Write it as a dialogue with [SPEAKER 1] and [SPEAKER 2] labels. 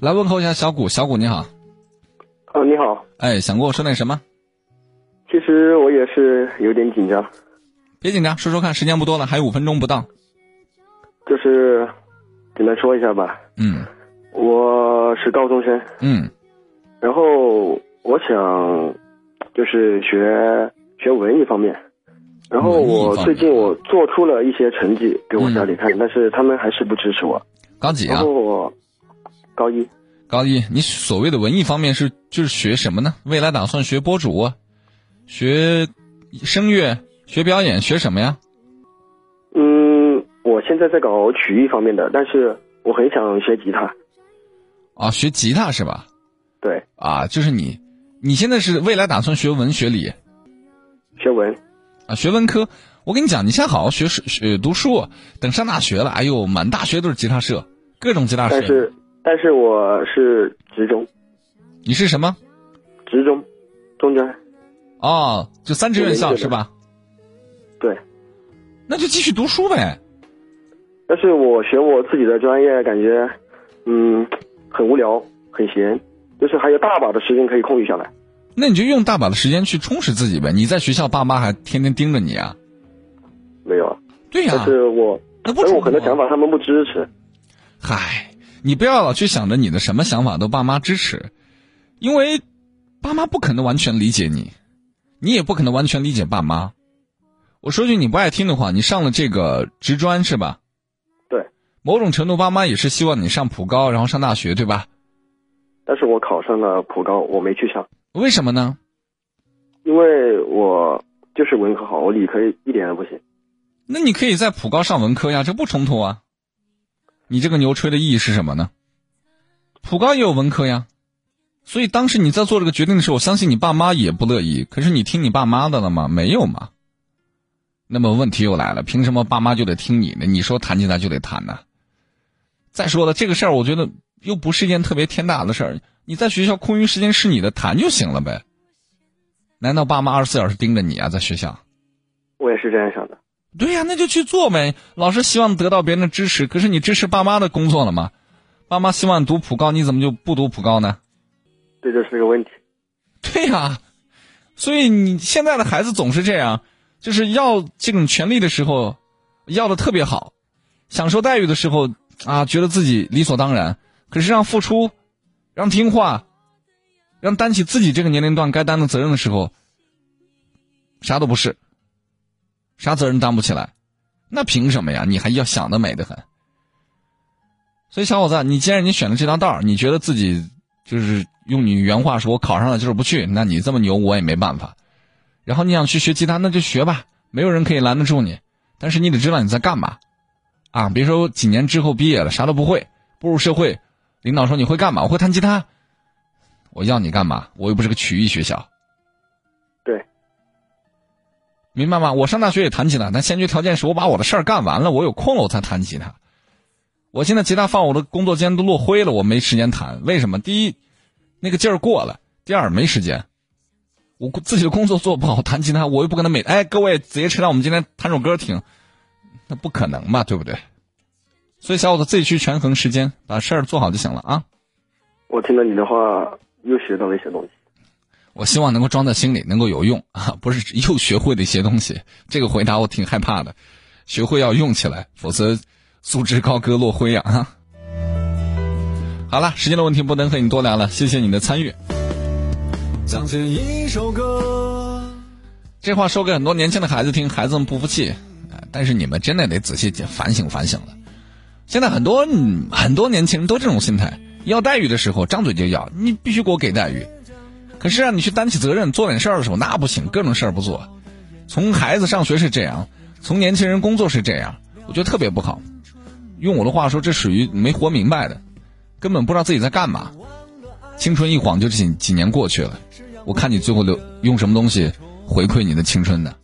[SPEAKER 1] 来问候一下小谷，小谷你好，
[SPEAKER 2] 啊，你好，
[SPEAKER 1] 哎，想跟我说点什么？
[SPEAKER 2] 其实我也是有点紧张，
[SPEAKER 1] 别紧张，说说看，时间不多了，还有五分钟不到。
[SPEAKER 2] 就是简单说一下吧。
[SPEAKER 1] 嗯
[SPEAKER 2] 我是高中生，
[SPEAKER 1] 嗯
[SPEAKER 2] 然后我想就是学学文艺方面，然后
[SPEAKER 1] 文艺
[SPEAKER 2] 我
[SPEAKER 1] 方面
[SPEAKER 2] 最近我做出了一些成绩给我家里看，但是他们还是不支持我。，
[SPEAKER 1] 高几
[SPEAKER 2] 然
[SPEAKER 1] 啊
[SPEAKER 2] 后？我高一，
[SPEAKER 1] 高一，你所谓的文艺方面是就是学什么呢？未来打算学播主，啊学声乐，学表演，学什么呀？
[SPEAKER 2] 嗯，我现在在搞曲艺方面的，但是我很想学吉他。
[SPEAKER 1] 啊，学吉他是吧？
[SPEAKER 2] 对，
[SPEAKER 1] 啊，就是你，你现在是未来打算学文学理
[SPEAKER 2] 学文，
[SPEAKER 1] 啊，学文科。我跟你讲，你先好好学书学读书，等上大学了，哎呦，满大学都是吉他社，各种吉他社。
[SPEAKER 2] 但是但是我是职中，
[SPEAKER 1] 你是什么？
[SPEAKER 2] 职中，中专。
[SPEAKER 1] 哦，就三志愿校
[SPEAKER 2] 对对对
[SPEAKER 1] 是吧？
[SPEAKER 2] 对，
[SPEAKER 1] 那就继续读书呗。
[SPEAKER 2] 但是我学我自己的专业，感觉，嗯，很无聊，很闲，就是还有大把的时间可以空余下来。
[SPEAKER 1] 那你就用大把的时间去充实自己呗。你在学校，爸妈还天天盯着你啊。
[SPEAKER 2] 没有，
[SPEAKER 1] 对呀、
[SPEAKER 2] 但是我，
[SPEAKER 1] 啊那不
[SPEAKER 2] 但是
[SPEAKER 1] 冲
[SPEAKER 2] 我很多
[SPEAKER 1] 突啊
[SPEAKER 2] 想法他们不支持。
[SPEAKER 1] 嗨，你不要老去想着你的什么想法都爸妈支持，因为爸妈不可能完全理解你，你也不可能完全理解爸妈。我说句你不爱听的话，你上了这个职专是吧？
[SPEAKER 2] 对，
[SPEAKER 1] 某种程度，爸妈也是希望你上普高，然后上大学，对吧？
[SPEAKER 2] 但是我考上了普高，我没去上，
[SPEAKER 1] 为什么呢？
[SPEAKER 2] 因为我就是文科好，我理科一点都不行。
[SPEAKER 1] 那你可以在普高上文科呀，这不冲突啊。你这个牛吹的意义是什么呢？普高也有文科呀，所以当时你在做这个决定的时候，我相信你爸妈也不乐意。可是你听你爸妈的了吗？没有嘛。那么问题又来了，凭什么爸妈就得听你的？你说弹吉他就得弹呢、再说了，这个事儿我觉得又不是一件特别天大的事儿。你在学校空余时间是你的，弹就行了呗。难道爸妈二十四小时盯着你啊？在学校？
[SPEAKER 2] 我也是这样想的。
[SPEAKER 1] 对呀、那就去做呗。老师希望得到别人的支持，可是你支持爸妈的工作了吗？爸妈希望读普高，你怎么就不读普高呢？
[SPEAKER 2] 这就是个问题。
[SPEAKER 1] 对呀、所以你现在的孩子总是这样，就是要这种权利的时候，要的特别好；享受待遇的时候啊，觉得自己理所当然。可是让付出，让听话，让担起自己这个年龄段该担的责任的时候，啥都不是，啥责任担不起来，那凭什么呀？你还要想得美得很。所以，小伙子，你既然你选了这条道儿，你觉得自己就是用你原话说，我考上了就是不去，那你这么牛，我也没办法。然后你想去学吉他，那就学吧，没有人可以拦得住你。但是你得知道你在干嘛，啊，别说几年之后毕业了，啥都不会，步入社会，领导说你会干嘛？我会弹吉他，我要你干嘛？我又不是个曲艺学校，
[SPEAKER 2] 对，
[SPEAKER 1] 明白吗？我上大学也弹吉他，但先决条件是我把我的事儿干完了，我有空了我才弹吉他。我现在吉他放我的工作间都落灰了，我没时间弹。为什么？第一，那个劲儿过了；第二，没时间。我自己的工作做不好，弹吉他我又不可能每哎，各位子夜车辆，我们今天弹首歌听，那不可能嘛，对不对？所以小伙子自己去权衡时间，把事儿做好就行了啊！
[SPEAKER 2] 我听了你的话，又学到了一些东西。
[SPEAKER 1] 我希望能够装在心里，能够有用 啊，不是又学会了一些东西。这个回答我挺害怕的，学会要用起来，否则素质高歌落灰呀、啊！好了，时间的问题不能和你多聊了，谢谢你的参与。
[SPEAKER 3] 想起一首歌，
[SPEAKER 1] 这话说给很多年轻的孩子听，孩子们不服气，呃但是你们真的得仔细反省反省了。现在很多嗯很多年轻人都这种心态，要待遇的时候张嘴就要，你必须给我给待遇。可是啊让你去担起责任、做点事儿的时候，那不行，各种事儿不做。从孩子上学是这样，从年轻人工作是这样，我觉得特别不好。用我的话说，这属于没活明白的，根本不知道自己在干嘛。青春一晃就几几年过去了，我看你最后留用什么东西回馈你的青春呢？